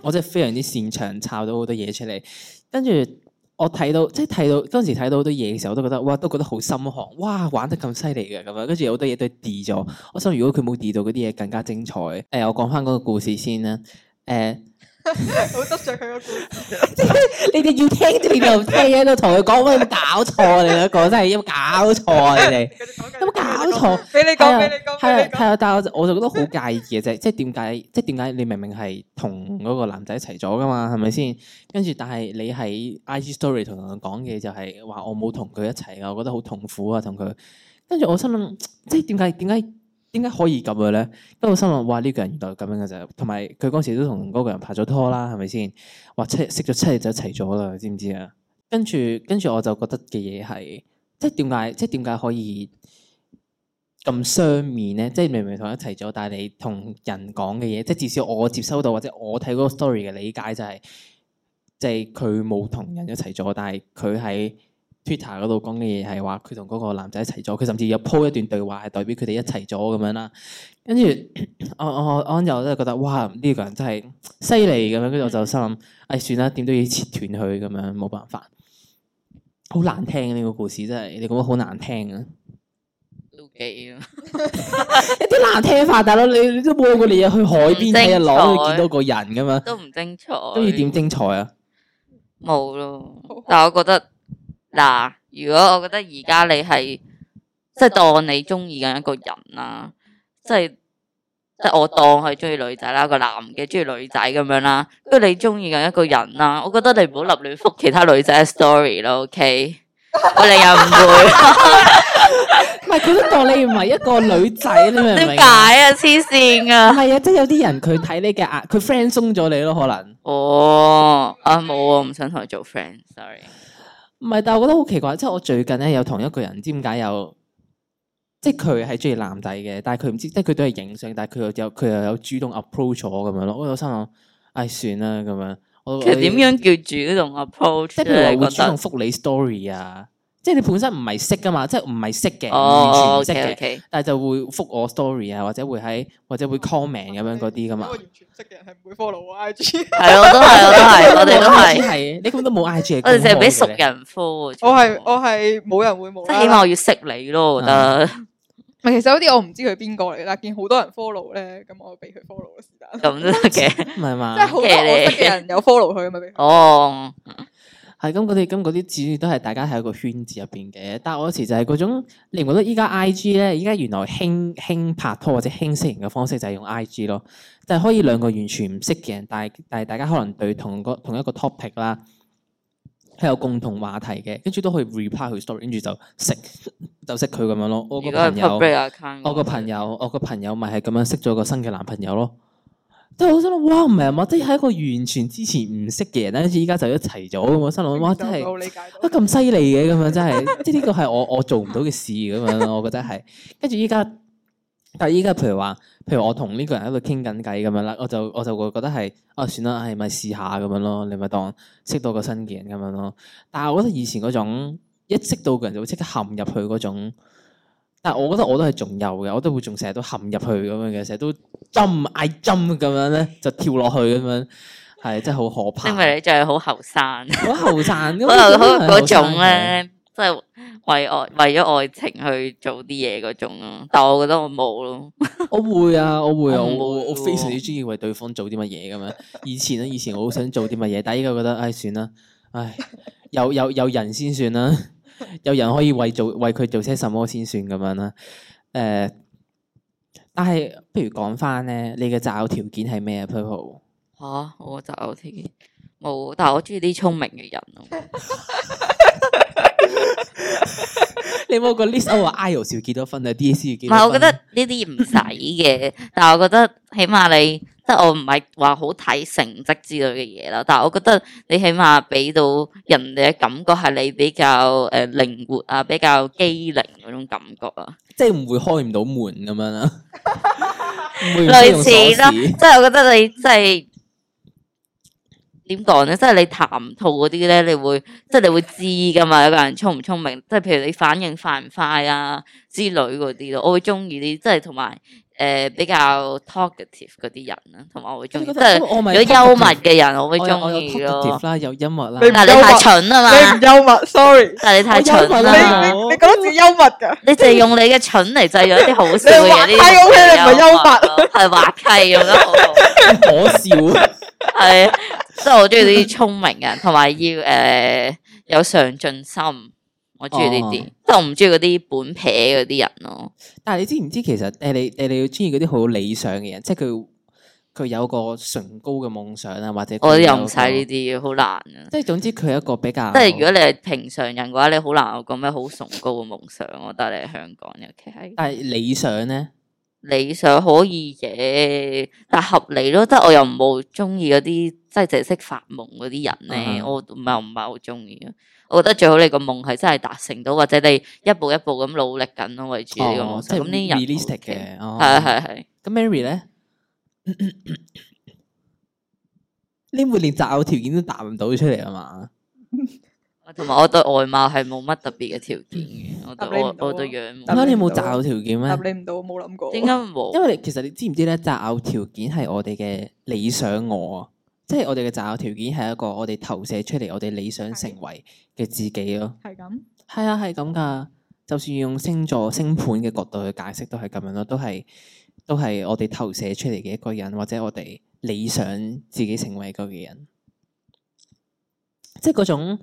Speaker 2: 我真係非常之擅長抄到好多嘢出嚟。跟住我睇到，即係睇到嗰陣時睇到好多嘢嘅時候，我都覺得哇，都覺得好心寒，哇，玩得咁犀利嘅咁樣，跟住有好多嘢都 delete 咗。我想如果佢冇 delete 到嗰啲嘢更加精彩。誒、我講翻嗰個故事先啦。誒、
Speaker 3: 好執着佢個故事，
Speaker 2: 你哋要聽就你哋唔聽，喺度同佢啊講，喂，有冇搞錯你兩個真係有冇 <laughs> 搞錯啊你哋？有冇搞錯？
Speaker 3: 俾你
Speaker 2: 係
Speaker 3: 講，
Speaker 2: 啊
Speaker 3: 俾你講，
Speaker 2: 係
Speaker 3: 俾
Speaker 2: 啊
Speaker 3: 你
Speaker 2: 係
Speaker 3: 講。
Speaker 2: 啊，但係我就我就覺得好介意嘅啫，即係點解？即係點解你明明係同嗰個男仔一齊咗噶嘛，係咪先？跟住但係你喺 IG story 同人講嘅就係話我冇同佢一齊啊，我覺得好痛苦啊，同佢。跟住我心諗，即係點解點解點解可以咁嘅咧？跟住我心諗，哇！呢、個人原來咁樣嘅咋，同埋佢嗰時都同嗰個人拍咗拖啦，係咪先？哇！七識咗七日就一齊咗啦，知唔知啊？跟住跟住我就覺得嘅嘢係，即係點解即係點解可以咁雙面咧？即係明明同一齊咗，但係你同人講嘅嘢，即係至少我接收到或者我睇嗰個 story 嘅理解就係、即係佢冇同人一齊咗，但係佢喺 Twitter 嗰度講嘅嘢係話佢同嗰個男仔一齊咗，佢甚至有 po 一段對話係代表佢哋一齊咗咁樣啦。跟住我我我又真係覺得哇呢、個人真係犀利咁樣，跟住我就心諗，唉算啦，點都要切斷佢咁樣，冇辦法。好難聽啊呢、個故事真係，你覺得好難聽啊！
Speaker 1: 妒忌啊
Speaker 2: 一啲難聽法，大佬你你都冇過你去海邊睇日落，都見到個人咁樣，
Speaker 1: 都唔精彩。
Speaker 2: 都要點精彩啊？
Speaker 1: 冇咯。但係我覺得嗱，如果我覺得而家你係即係當你中意緊一個人啦，即係即係我當佢中意女仔啦，個男嘅中意女仔咁樣啦，跟住你中意緊一個人啦，我覺得你唔好立亂覆其他女仔嘅 story 咯，OK？我
Speaker 2: <laughs>
Speaker 1: 哋又唔會，
Speaker 2: 唔係佢都當你唔係一個女仔，你明唔
Speaker 1: 點
Speaker 2: 明
Speaker 1: 解
Speaker 2: 啊？
Speaker 1: 啊？黐線
Speaker 2: <laughs> 唔
Speaker 1: 啊！
Speaker 2: 係啊，即係有啲人佢睇你嘅眼，佢 friend 鬆咗你咯，可能。
Speaker 1: 哦，啊冇啊，唔想同佢做 friend，sorry。
Speaker 2: 唔係，但係我覺得好奇怪，即係我最近咧有同一個人，唔知點解有，即係佢係中意男仔嘅，但係佢唔知，即係佢都係影相，但係佢又有佢又有主動 approach 我咁樣咯。我有心諗，唉、算啦咁樣。我
Speaker 1: 其實
Speaker 2: 我
Speaker 1: 點樣叫主動 approach
Speaker 2: 即係譬如話
Speaker 1: 咧？
Speaker 2: 會
Speaker 1: 覺
Speaker 2: 主動
Speaker 1: 得
Speaker 2: 覆你 story 啊，即係你本身唔係識噶嘛，即係唔係識嘅，
Speaker 1: 哦
Speaker 2: 完全唔識
Speaker 1: ，OK
Speaker 2: 嘅，
Speaker 1: OK，
Speaker 2: 但係就會覆我 story 啊，或者會喺或者會 comment 咁樣嗰啲噶嘛
Speaker 3: 我。完全唔識嘅人係唔會 follow 我 IG，
Speaker 1: 係咯，我都係，我都
Speaker 2: <laughs>
Speaker 1: 係，我哋都係，
Speaker 2: 係，你根本都冇 IG，
Speaker 1: 我哋淨係俾熟
Speaker 2: 嘅。
Speaker 1: 人科喎。
Speaker 3: 我係我係冇人會冇
Speaker 1: 即係
Speaker 3: 啦啦。
Speaker 1: 起碼我要識你咯，我覺得
Speaker 2: 啊
Speaker 3: 唔係，其實有啲我唔知佢邊個嚟，但見好多人 follow 咧，咁我俾佢 follow 咯，是但。
Speaker 1: 咁都得
Speaker 2: <laughs>
Speaker 1: 嘅。
Speaker 2: 唔係嘛？
Speaker 3: 即係好多我識嘅人有 à? follow 佢，咪俾佢。
Speaker 1: 哦，
Speaker 2: 係咁嗰啲咁嗰啲，始終都係大家喺一個圈子入邊嘅。但係我有時就係嗰種，你唔覺得依家 I G 咧，依家原來興興拍拖或者興識人嘅方式就係用 I G 咯，就係、可以兩個完全唔識嘅人，但係但係大家可能對同個同一個 topic 啦，係有共同話題嘅，跟住都可以 reply 佢 story，跟住就識就識佢咁樣咯。我
Speaker 1: 如
Speaker 2: 個
Speaker 1: 果係
Speaker 2: 朋友。
Speaker 1: public account，
Speaker 2: 我個朋友，我個朋友咪係咁樣識咗個新嘅男朋友咯。即係我心諗，哇，唔係啊嘛，即係一個完全之前唔識嘅人，跟住依家就一齊咗咁我啊心諗，哇，真係
Speaker 3: 好理解到
Speaker 2: 啊。咁犀利嘅咁樣，真係， <laughs> 即係呢個係我我做唔到嘅事咁樣，我覺得係。跟住依家，但係依家譬如話，譬如我同呢個人喺度傾緊偈咁樣啦，我就我就會覺得係，啊，算啦，係咪試下咁樣咯？你咪當識到個新嘅人咁樣咯。但係我覺得以前嗰種一識到個人就會即刻陷入去嗰種。但係我覺得我都係仲有嘅，我都會仲成日都陷入去咁樣嘅，成日都 jump I jump 咁樣咧，就跳落去咁樣，係真係好可怕。
Speaker 1: 因為你就係好後生，
Speaker 2: 好後生，
Speaker 1: 可
Speaker 2: 可
Speaker 1: 能可能嗰種，咧，即係為愛為咗愛情去做啲嘢嗰種咯。但我覺得我冇咯，
Speaker 2: 我會啊，我會啊，
Speaker 1: 我唔
Speaker 2: 我我
Speaker 1: 會
Speaker 2: 非常之
Speaker 1: 喎
Speaker 2: 中意為對方做啲乜嘢 <laughs> 咁樣。以前啊咧，以前我好想做啲乜嘢，但係依家覺得，唉，算啦，唉，有有有人先算啦， <laughs> 有人可以為做為佢做些什麼先算咁樣啦。誒、但係不如講翻咧，你嘅擇偶條件係咩啊？Purple，
Speaker 1: 吓、我就有啲冇，但係我中意啲聰明嘅人咯。
Speaker 2: <laughs> 你有冇個 list 我話 IELTS 要幾多分啊？DSE 要幾
Speaker 1: 唔
Speaker 2: 多分？
Speaker 1: 係，我覺得呢啲唔使嘅，但係我覺得起碼你，即係我唔係話好睇成績之類嘅嘢啦，但係我覺得你起碼俾到人哋嘅感覺係你比較誒、呃、靈活啊，比較機靈嗰種感覺啊，
Speaker 2: 即係唔會開唔到門咁樣
Speaker 1: <laughs>
Speaker 2: 啦，唔會唔識
Speaker 1: 類
Speaker 2: 用鎖
Speaker 1: 似咯，
Speaker 2: 匙
Speaker 1: 即係我覺得你即係。點講咧？即係你談吐嗰啲咧，你會即係你會知噶嘛？有個人聰唔聰明，即係譬如你反應快唔快啊之類嗰啲咯，我會中意啲即係同埋誒比較 talkative 嗰啲人啦，同埋我會中意即係
Speaker 2: 因為我咪
Speaker 1: 如果幽默嘅人，我
Speaker 2: 我
Speaker 1: 會
Speaker 2: 有我有
Speaker 1: 中意
Speaker 2: talkative
Speaker 1: 咯。
Speaker 2: 啦，有音樂啦。
Speaker 3: 你
Speaker 1: 但 <laughs> 係你太蠢啊
Speaker 3: 你唔
Speaker 1: 嘛！
Speaker 3: 幽默，sorry。
Speaker 1: 但係你太
Speaker 2: 我幽默
Speaker 1: 蠢
Speaker 2: 啦
Speaker 1: 啦！
Speaker 3: 你你你覺得自己幽默㗎？
Speaker 1: 你就係用你嘅蠢嚟製咗啲好笑嘅嘢，呢
Speaker 3: 你滑稽
Speaker 1: 啲
Speaker 3: OK，你唔係幽默
Speaker 1: 係滑稽用得好好。
Speaker 2: 可笑，
Speaker 1: 係，啊即係我中意啲聰明人，同埋要诶、有上進心，我中意呢啲，
Speaker 2: 哦
Speaker 1: 即係我唔中意嗰啲本撇嗰啲人咯。
Speaker 2: 但系你
Speaker 1: <laughs>
Speaker 2: 知唔知其實誒你呃誒你要中意嗰啲好理想嘅人，即係佢佢有個崇高嘅夢想啊，或者佢
Speaker 1: 我又
Speaker 2: 有
Speaker 1: 唔
Speaker 2: 個
Speaker 1: 使呢，啲，好難啊！
Speaker 2: 即係總之佢有一個比較
Speaker 1: 即係如果你係平常人嘅話，你好難有個咩好崇高嘅夢想。我覺得你喺香港，尤其係
Speaker 2: 但係理想咧，
Speaker 1: 理想可以嘅，但合理咯。即係我又唔冇中意嗰啲即係淨係識發夢嗰啲人咧
Speaker 2: 嗯
Speaker 1: 我唔係唔係好中意啊。我覺得最好你個夢係真係達成到，或者你一步一步咁努力緊咯，為住呢個夢
Speaker 2: 哦即
Speaker 1: 想。
Speaker 2: 係
Speaker 1: 咁呢啲人
Speaker 2: realistic
Speaker 1: OK
Speaker 2: 嘅，哦
Speaker 1: 係啊係係，
Speaker 2: 咁 Mary
Speaker 1: <laughs>
Speaker 2: 咧，你每連擇偶條件都答唔到出嚟啊嘛？
Speaker 1: 同埋我對外貌係冇乜特別嘅條件嘅，我
Speaker 3: 答
Speaker 1: 對
Speaker 3: 你唔
Speaker 1: 我
Speaker 3: 到
Speaker 1: 我對
Speaker 3: 啊
Speaker 1: 樣
Speaker 2: 咁
Speaker 3: 答
Speaker 1: 貌
Speaker 2: 解
Speaker 3: 你
Speaker 2: 你
Speaker 3: 唔
Speaker 2: 冇
Speaker 3: 到
Speaker 2: 擇偶條件咩
Speaker 3: 答？你唔到，冇諗過。
Speaker 1: 點解
Speaker 2: 因
Speaker 1: 冇？
Speaker 2: 為你其實你知唔知咧，擇偶條件係我哋嘅理想我啊，即係我哋嘅擇偶條件係一個我哋投射出嚟，我哋理想成為嘅自己咯。
Speaker 3: 係咁？
Speaker 2: 係啊，係咁噶。就算用星座、星盤嘅角度去解釋，都係咁樣咯，都係都係我哋投射出嚟嘅一個人，或者我哋理想自己成為一個嘅人，即係嗰種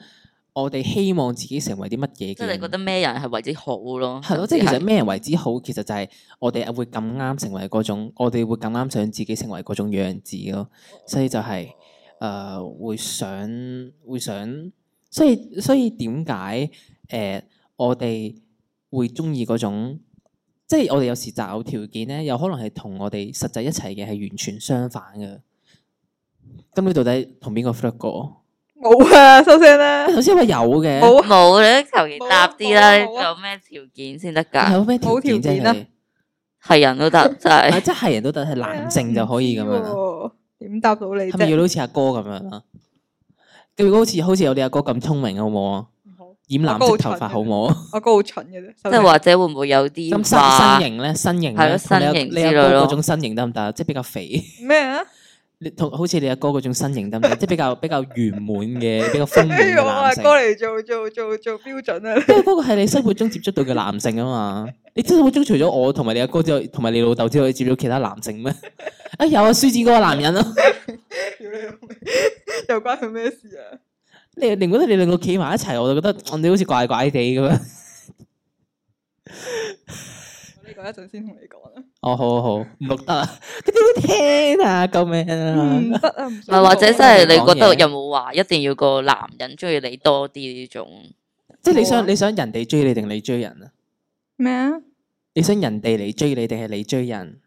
Speaker 2: 我哋希望自己成為啲乜嘢
Speaker 1: 即
Speaker 2: 嘅
Speaker 1: 係
Speaker 2: 人。
Speaker 1: 你覺得咩人係為之好咯？
Speaker 2: 係
Speaker 1: 甚
Speaker 2: 咯，即係
Speaker 1: 至
Speaker 2: 其實咩人為之好，其實就係我哋會咁啱成為嗰種，我哋會咁啱想自己成為嗰種樣子咯，所以就係、呃會想會想，所以所以點解誒我哋會中意嗰種，即係我哋有時擇偶條件咧，有可能係同我哋實際一齊嘅係完全相反嘅。咁你到底同邊個 flirt 過？
Speaker 3: <laughs> 冇啊，收聲啦
Speaker 2: 啊！頭先話有嘅，
Speaker 3: 冇啊，
Speaker 1: 冇咧，求其
Speaker 3: 冇啊
Speaker 1: 答啲啦，
Speaker 3: 冇啊冇啊
Speaker 1: 有咩條件先得㗎？
Speaker 2: 有咩條
Speaker 3: 冇條
Speaker 2: 件啫？
Speaker 3: 件啊
Speaker 2: 你
Speaker 1: 係人都得，真係
Speaker 2: 啊，。即係人都得係男性就可以咁
Speaker 3: 哎
Speaker 2: 樣啦，
Speaker 3: 樣。點答到你
Speaker 2: 係咪要
Speaker 3: 啫？
Speaker 2: 好似阿哥咁樣啊？如果好似好似有你阿哥咁聰明好唔好啊？
Speaker 3: 唔好
Speaker 2: 染藍色頭髮好唔好啊？
Speaker 3: 我哥好蠢嘅啫，
Speaker 1: 即
Speaker 3: 收
Speaker 1: 係
Speaker 3: 聲
Speaker 1: 或者會唔會有啲
Speaker 2: 咁
Speaker 1: 話
Speaker 2: 身身形咧，身形
Speaker 1: 係
Speaker 2: 咧，
Speaker 1: 咯
Speaker 2: 同你
Speaker 1: 身
Speaker 2: 阿
Speaker 1: 形
Speaker 2: 你阿
Speaker 1: 之類
Speaker 2: 哥
Speaker 1: 咯
Speaker 2: 嗰種身形得唔得啊？即係比較肥，
Speaker 3: 咩啊？
Speaker 2: 你同好似你阿哥嗰種身形得唔啊得？即係比較比較圓滿嘅，比較豐滿嘅
Speaker 3: 哎 <laughs> 呀，我阿
Speaker 2: 嗯男性。
Speaker 3: 哥嚟做做做做標準啊！ <laughs>
Speaker 2: 因為嗰個係你生活中接觸到嘅男性啊嘛。你生活中除咗我同埋你阿哥之外，同埋你老豆之外，你接觸到其他男性咩？ <laughs> 啊有啊，書展嗰個男人啊，
Speaker 3: 屌你老味，又關佢咩事啊？
Speaker 2: 你你覺得你兩個企埋一齊，我就覺得嗯你好似怪怪地咁樣。
Speaker 3: 我呢個一陣先同你講啊啦。
Speaker 2: 哦，好好好，唔
Speaker 3: 嗯
Speaker 2: 錄得啊！ <laughs> 佢點會聽啊？救命
Speaker 3: 唔
Speaker 2: 啊！
Speaker 3: 得啊，唔
Speaker 1: 唔係或者真
Speaker 2: 係
Speaker 1: 係你覺得
Speaker 2: 講嘢
Speaker 1: 有冇話一定要個男人中意你多啲呢種？
Speaker 2: 即係你
Speaker 3: 好啊
Speaker 2: 想你想人哋追你定你追人啊？
Speaker 3: 咩啊？
Speaker 2: 你想人哋嚟追你定係你追人？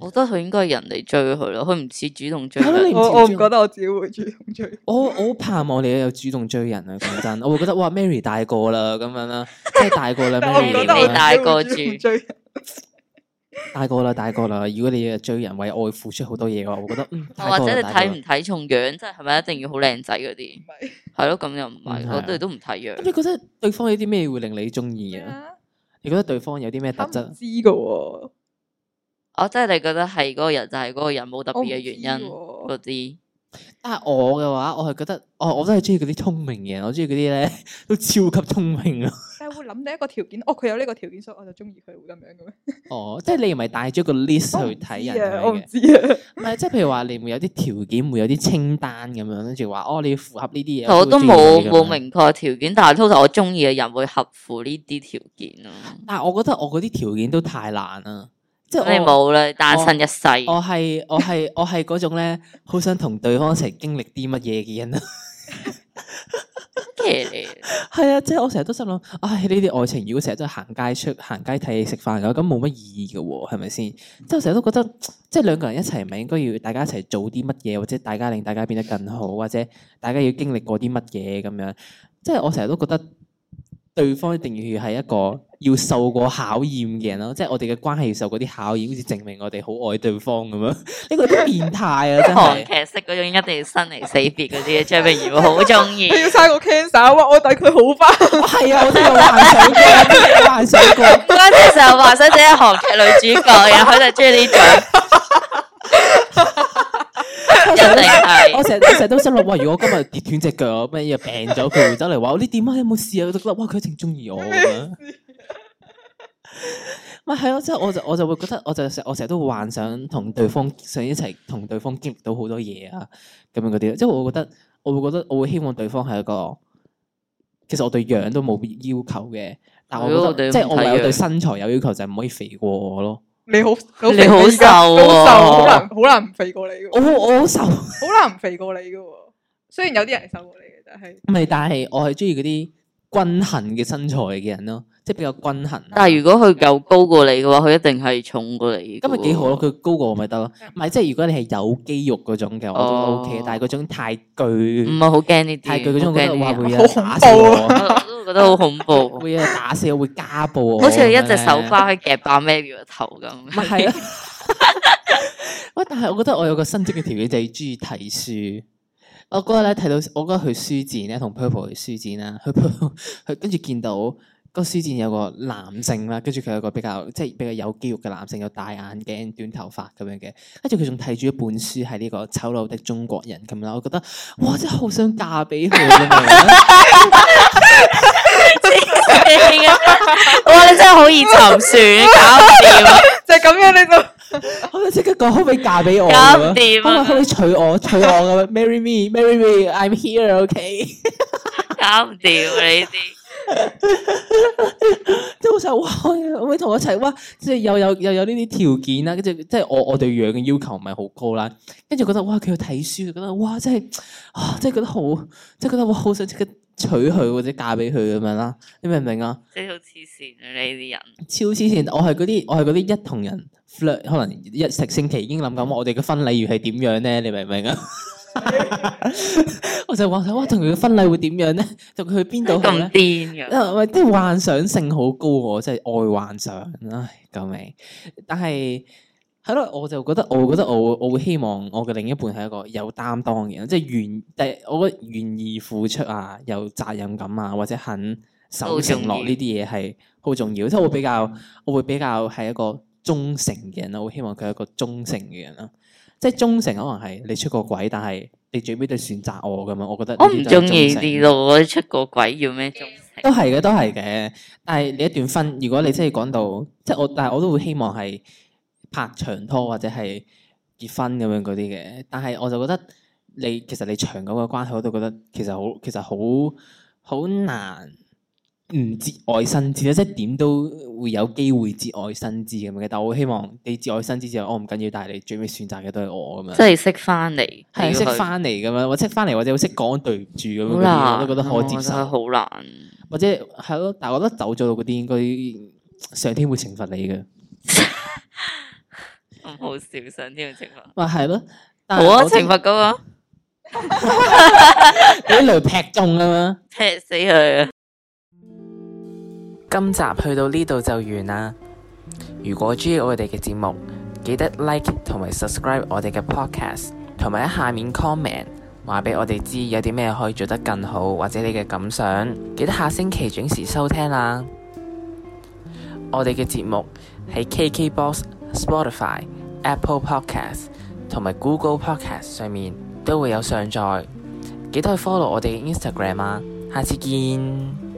Speaker 1: 我覺得佢應該係人哋追佢咯，佢唔似主動追
Speaker 2: 係咯你
Speaker 1: 人。
Speaker 3: 我我唔覺得我自己會主動追，
Speaker 2: 我我好盼望你有主動追人啊！講真， <laughs> 我會覺得哇，Mary 大個啦咁樣啦，即係大
Speaker 3: <laughs>
Speaker 2: 個啦
Speaker 3: 但我唔覺得我
Speaker 1: 你
Speaker 2: ，Mary 啊
Speaker 1: 大個
Speaker 3: 自己會主動
Speaker 1: 住
Speaker 3: 追。
Speaker 2: 大個啦，大個啦。如果你要追人為愛付出好多嘢嘅話，我覺得
Speaker 3: <laughs>
Speaker 2: 嗯，大
Speaker 1: 或者
Speaker 2: 個啦
Speaker 1: 你
Speaker 2: 大個
Speaker 1: 睇
Speaker 2: 啦
Speaker 1: 唔睇重樣，即係係咪一定要好靚仔嗰啲
Speaker 3: 唔？係
Speaker 1: 係咯，咁又唔
Speaker 2: 唔係
Speaker 1: 係，
Speaker 2: 啊
Speaker 1: 我哋都唔睇
Speaker 2: 咁
Speaker 1: 樣。
Speaker 2: 你覺得對方有啲咩會令你中意
Speaker 3: 咩
Speaker 2: 啊？
Speaker 3: 啊？
Speaker 2: 你覺得對方有啲咩特
Speaker 3: 我唔
Speaker 2: 質？
Speaker 3: 知㗎喎，
Speaker 1: 哦我真係你覺得係嗰個人就係嗰個人，冇特別
Speaker 3: 我唔
Speaker 1: 嘅
Speaker 3: 知
Speaker 1: 原因
Speaker 3: 喎
Speaker 1: 嗰啲。
Speaker 2: 但係啊我嘅話，我係覺得，哦，我都係中意嗰啲聰明嘅人，我中意嗰啲咧都超級聰明啊！
Speaker 3: 但係會諗到一個條件，哦，佢有呢個條件，所以我就中意佢，會咁樣嘅咩？
Speaker 2: 哦，即係你唔係帶咗個 list
Speaker 3: 我唔
Speaker 2: 去睇
Speaker 3: 知
Speaker 2: 人
Speaker 3: 啊
Speaker 2: 咁
Speaker 3: 我
Speaker 2: 樣
Speaker 3: 唔
Speaker 2: 嘅，
Speaker 3: 知啊。
Speaker 2: 唔係即係譬如話你會有啲條件，會有啲清單咁樣，跟住話哦你要符合呢啲嘢，
Speaker 1: 我都
Speaker 2: 先會中意
Speaker 1: 冇
Speaker 2: 你咁樣
Speaker 1: 冇。明確條件，但係通常我中意嘅人會合乎呢啲條件咯。
Speaker 2: 但係我覺得我嗰啲條件都太難啦，即
Speaker 1: 咁你
Speaker 2: 係我哦
Speaker 1: 冇啦，單身一世。
Speaker 2: 我係我係我係嗰種咧，好想同對方一齊經歷啲乜嘢嘅人啊！係啊，即係我成日都心諗，唉，呢啲愛情如果成日都行街出、行街睇戲食飯嘅，咁冇乜意義嘅喎，係咪先？即係我成日都覺得，即係兩個人一齊，咪應該要大家一齊做啲乜嘢，或者大家令大家變得更好，或者大家要經歷過啲乜嘢咁樣。即係我成日都覺得，對方一定要係一個要受過考驗嘅人咯，即係我哋嘅關係要受過啲考驗，好似證明我哋好愛對方咁樣。呢個都變態啊，真
Speaker 1: 韓
Speaker 2: 係！
Speaker 1: 劇式嗰種一定要生離死別嗰啲，張明如好中
Speaker 2: <laughs>
Speaker 1: 意。
Speaker 3: 佢要生個 cancer，哇！我等佢好翻。
Speaker 2: 係啊，我都有幻想過，真係有
Speaker 1: 唔
Speaker 2: 幻想過。
Speaker 1: 該，你成日話想自己係韓劇女主角，然後佢就中意呢種，一定
Speaker 2: 我
Speaker 1: 係。
Speaker 2: <laughs> 成日成日都心諗，哇！如果我今日跌斷只腳，咩嘢病咗，佢會走嚟話：你點啊？有冇事啊？我都覺得哇，佢一定中意我咁樣。咪係啊咯，即係我就我就會覺得，我就成我成日都幻想同對方想一齊同對方經歷到好多嘢啊，咁樣嗰啲。即係我覺得，我會覺得，我會希望對方係一個，其實我對樣都冇要求嘅，但我覺得
Speaker 1: 係咯
Speaker 2: 即係
Speaker 1: 我哋唔
Speaker 2: 我唯
Speaker 1: 睇
Speaker 2: 有對
Speaker 1: 樣
Speaker 2: 身材有要求，就係唔可以肥過我咯。
Speaker 3: 你好，
Speaker 1: 你好
Speaker 3: 肥㗎
Speaker 1: 瘦喎
Speaker 3: 好瘦，好難，好難唔肥過你嘅
Speaker 2: 我
Speaker 3: 喎，
Speaker 2: 我好瘦。
Speaker 3: 好難唔肥過你嘅喎。雖然有啲人係瘦過你嘅，但係
Speaker 2: 唔係，但係我係中意嗰啲均衡嘅身材嘅人咯，即係比較均衡。啊
Speaker 1: 但係如果佢夠高過你嘅話，佢一定係重過你。
Speaker 2: 咁咪幾好咯，。佢高過我咪得咯。唔係，即係如果你係有肌肉嗰種嘅，我都
Speaker 1: 哦嗯
Speaker 2: OK。但係嗰種太
Speaker 1: 唔
Speaker 2: 巨、
Speaker 1: 係好驚呢啲，
Speaker 2: 太巨嗰種，我覺得哇
Speaker 1: 好驚呢啲
Speaker 2: 會啊打死我，
Speaker 1: 我都覺得好恐
Speaker 2: <laughs>
Speaker 1: 怖，
Speaker 2: 會啊打死我，會家暴我。
Speaker 1: 好似你一隻
Speaker 2: 隻
Speaker 1: 手瓜可以夾爆 Mary 個頭咁。
Speaker 2: 咪係啊！
Speaker 1: <laughs>
Speaker 2: <laughs> 喂，但係我覺得我有個新職嘅條件就係中意睇書。我嗰日咧睇到，我嗰日去書展咧，同 Purple 去書展啦，去 Purple 去跟住見到個書展有個男性啦，跟住佢有個比較即係比較有肌肉嘅男性，有戴眼鏡、短頭髮咁樣嘅，跟住佢仲睇住一本書係呢個醜陋的中國人咁啦，我覺得哇真係好想嫁俾佢咁 <laughs> 樣， <laughs>
Speaker 1: 哇！你真係好易沉船，搞唔掂，
Speaker 3: 就係咁樣你就
Speaker 2: 我就即刻講可唔可以嫁俾我咁
Speaker 1: 搞唔
Speaker 2: 樣？
Speaker 1: 掂
Speaker 2: 可唔可以
Speaker 1: 啊
Speaker 2: 可唔可以娶 <laughs> 我娶我咁樣？Marry me，marry me，I'm here，OK、
Speaker 1: 搞唔掂啊你呢啲。
Speaker 2: 即係我想哇，可唔可以同我一齊哇？即係又有又有呢啲條件啦，跟住即係我我對樣嘅要求唔係好高啦，跟住覺得哇佢要睇書，覺得哇真係啊真係覺得好，即係覺得哇好想即刻娶佢或者嫁俾佢咁樣啦，你明唔明啊？
Speaker 1: 即係好黐線啊！你呢啲人，
Speaker 2: 超黐線！我係嗰啲我係嗰啲一同人 flirt，可能一食星期已經諗緊我哋嘅婚禮要係點樣咧？你明唔明啊？我就話想哇同佢嘅婚禮會點樣咧？同佢去邊度好咧
Speaker 1: 咁？癲嘅，
Speaker 2: 啊，喂，即係幻想性好高喎，即係愛幻想，唉，救命！但係係咯，我就覺得，我會覺得我會我會希望我嘅另一半係一個有擔當嘅人，即係願，但係我覺得願意付出啊，有責任感啊，或者肯守承諾呢啲嘢係好重要。即係我比較，
Speaker 1: 嗯
Speaker 2: 我會比較係一個忠誠嘅人咯，我會希望佢係一個忠誠嘅人咯。即係忠誠可能係你出過軌，但係你最尾都選擇我咁樣，我覺得呢
Speaker 1: 我
Speaker 2: 啲
Speaker 1: 唔
Speaker 2: 都係
Speaker 1: 中意
Speaker 2: 忠誠
Speaker 1: 呢啲咯。我出個鬼要咩忠誠？
Speaker 2: 都係嘅，都係嘅。但係你一段婚，如果你真係講到，即係我，但係我都會希望係拍長拖或者係結婚咁樣嗰啲嘅。但係我就覺得你其實你長久嘅關係，我都覺得其實好，其實好好難唔節外生枝咧，啊即係點都會有機會節外生枝咁樣嘅。但我好希望你節外生枝之後，我哦唔緊要，但係你最尾選擇嘅都係我咁樣
Speaker 1: 即。係識翻嚟，
Speaker 2: 係
Speaker 1: 你要
Speaker 2: 識
Speaker 1: 去
Speaker 2: 翻嚟咁樣，或者識翻嚟，或者識講對唔住咁
Speaker 1: 好
Speaker 2: 樣嗰啲，我
Speaker 1: 難，
Speaker 2: 都覺得可接
Speaker 1: 我覺
Speaker 2: 受。
Speaker 1: 得好難。
Speaker 2: 或者係咯，但係我覺得走咗路嗰啲應該上天會懲罰你嘅，
Speaker 1: 咁好笑，上天要懲罰。
Speaker 2: 咪係咯。但係
Speaker 1: 好啊，
Speaker 2: 我真
Speaker 1: 懲罰嗰個
Speaker 2: 俾雷劈中啊嘛！
Speaker 1: 踢死佢啊！
Speaker 5: 今集去到呢度就完啦。如果中意我哋嘅節目，記得 like 同埋 subscribe 我哋嘅 podcast，同埋喺下面 comment 話俾我哋知有啲咩可以做得更好，或者你嘅感想。記得下星期準時收聽啦。我哋嘅節目喺 KKBox、Spotify、Apple Podcast 同埋 Google Podcast 上面都會有上載，記得去 follow 我哋嘅 Instagram 啊！下次見。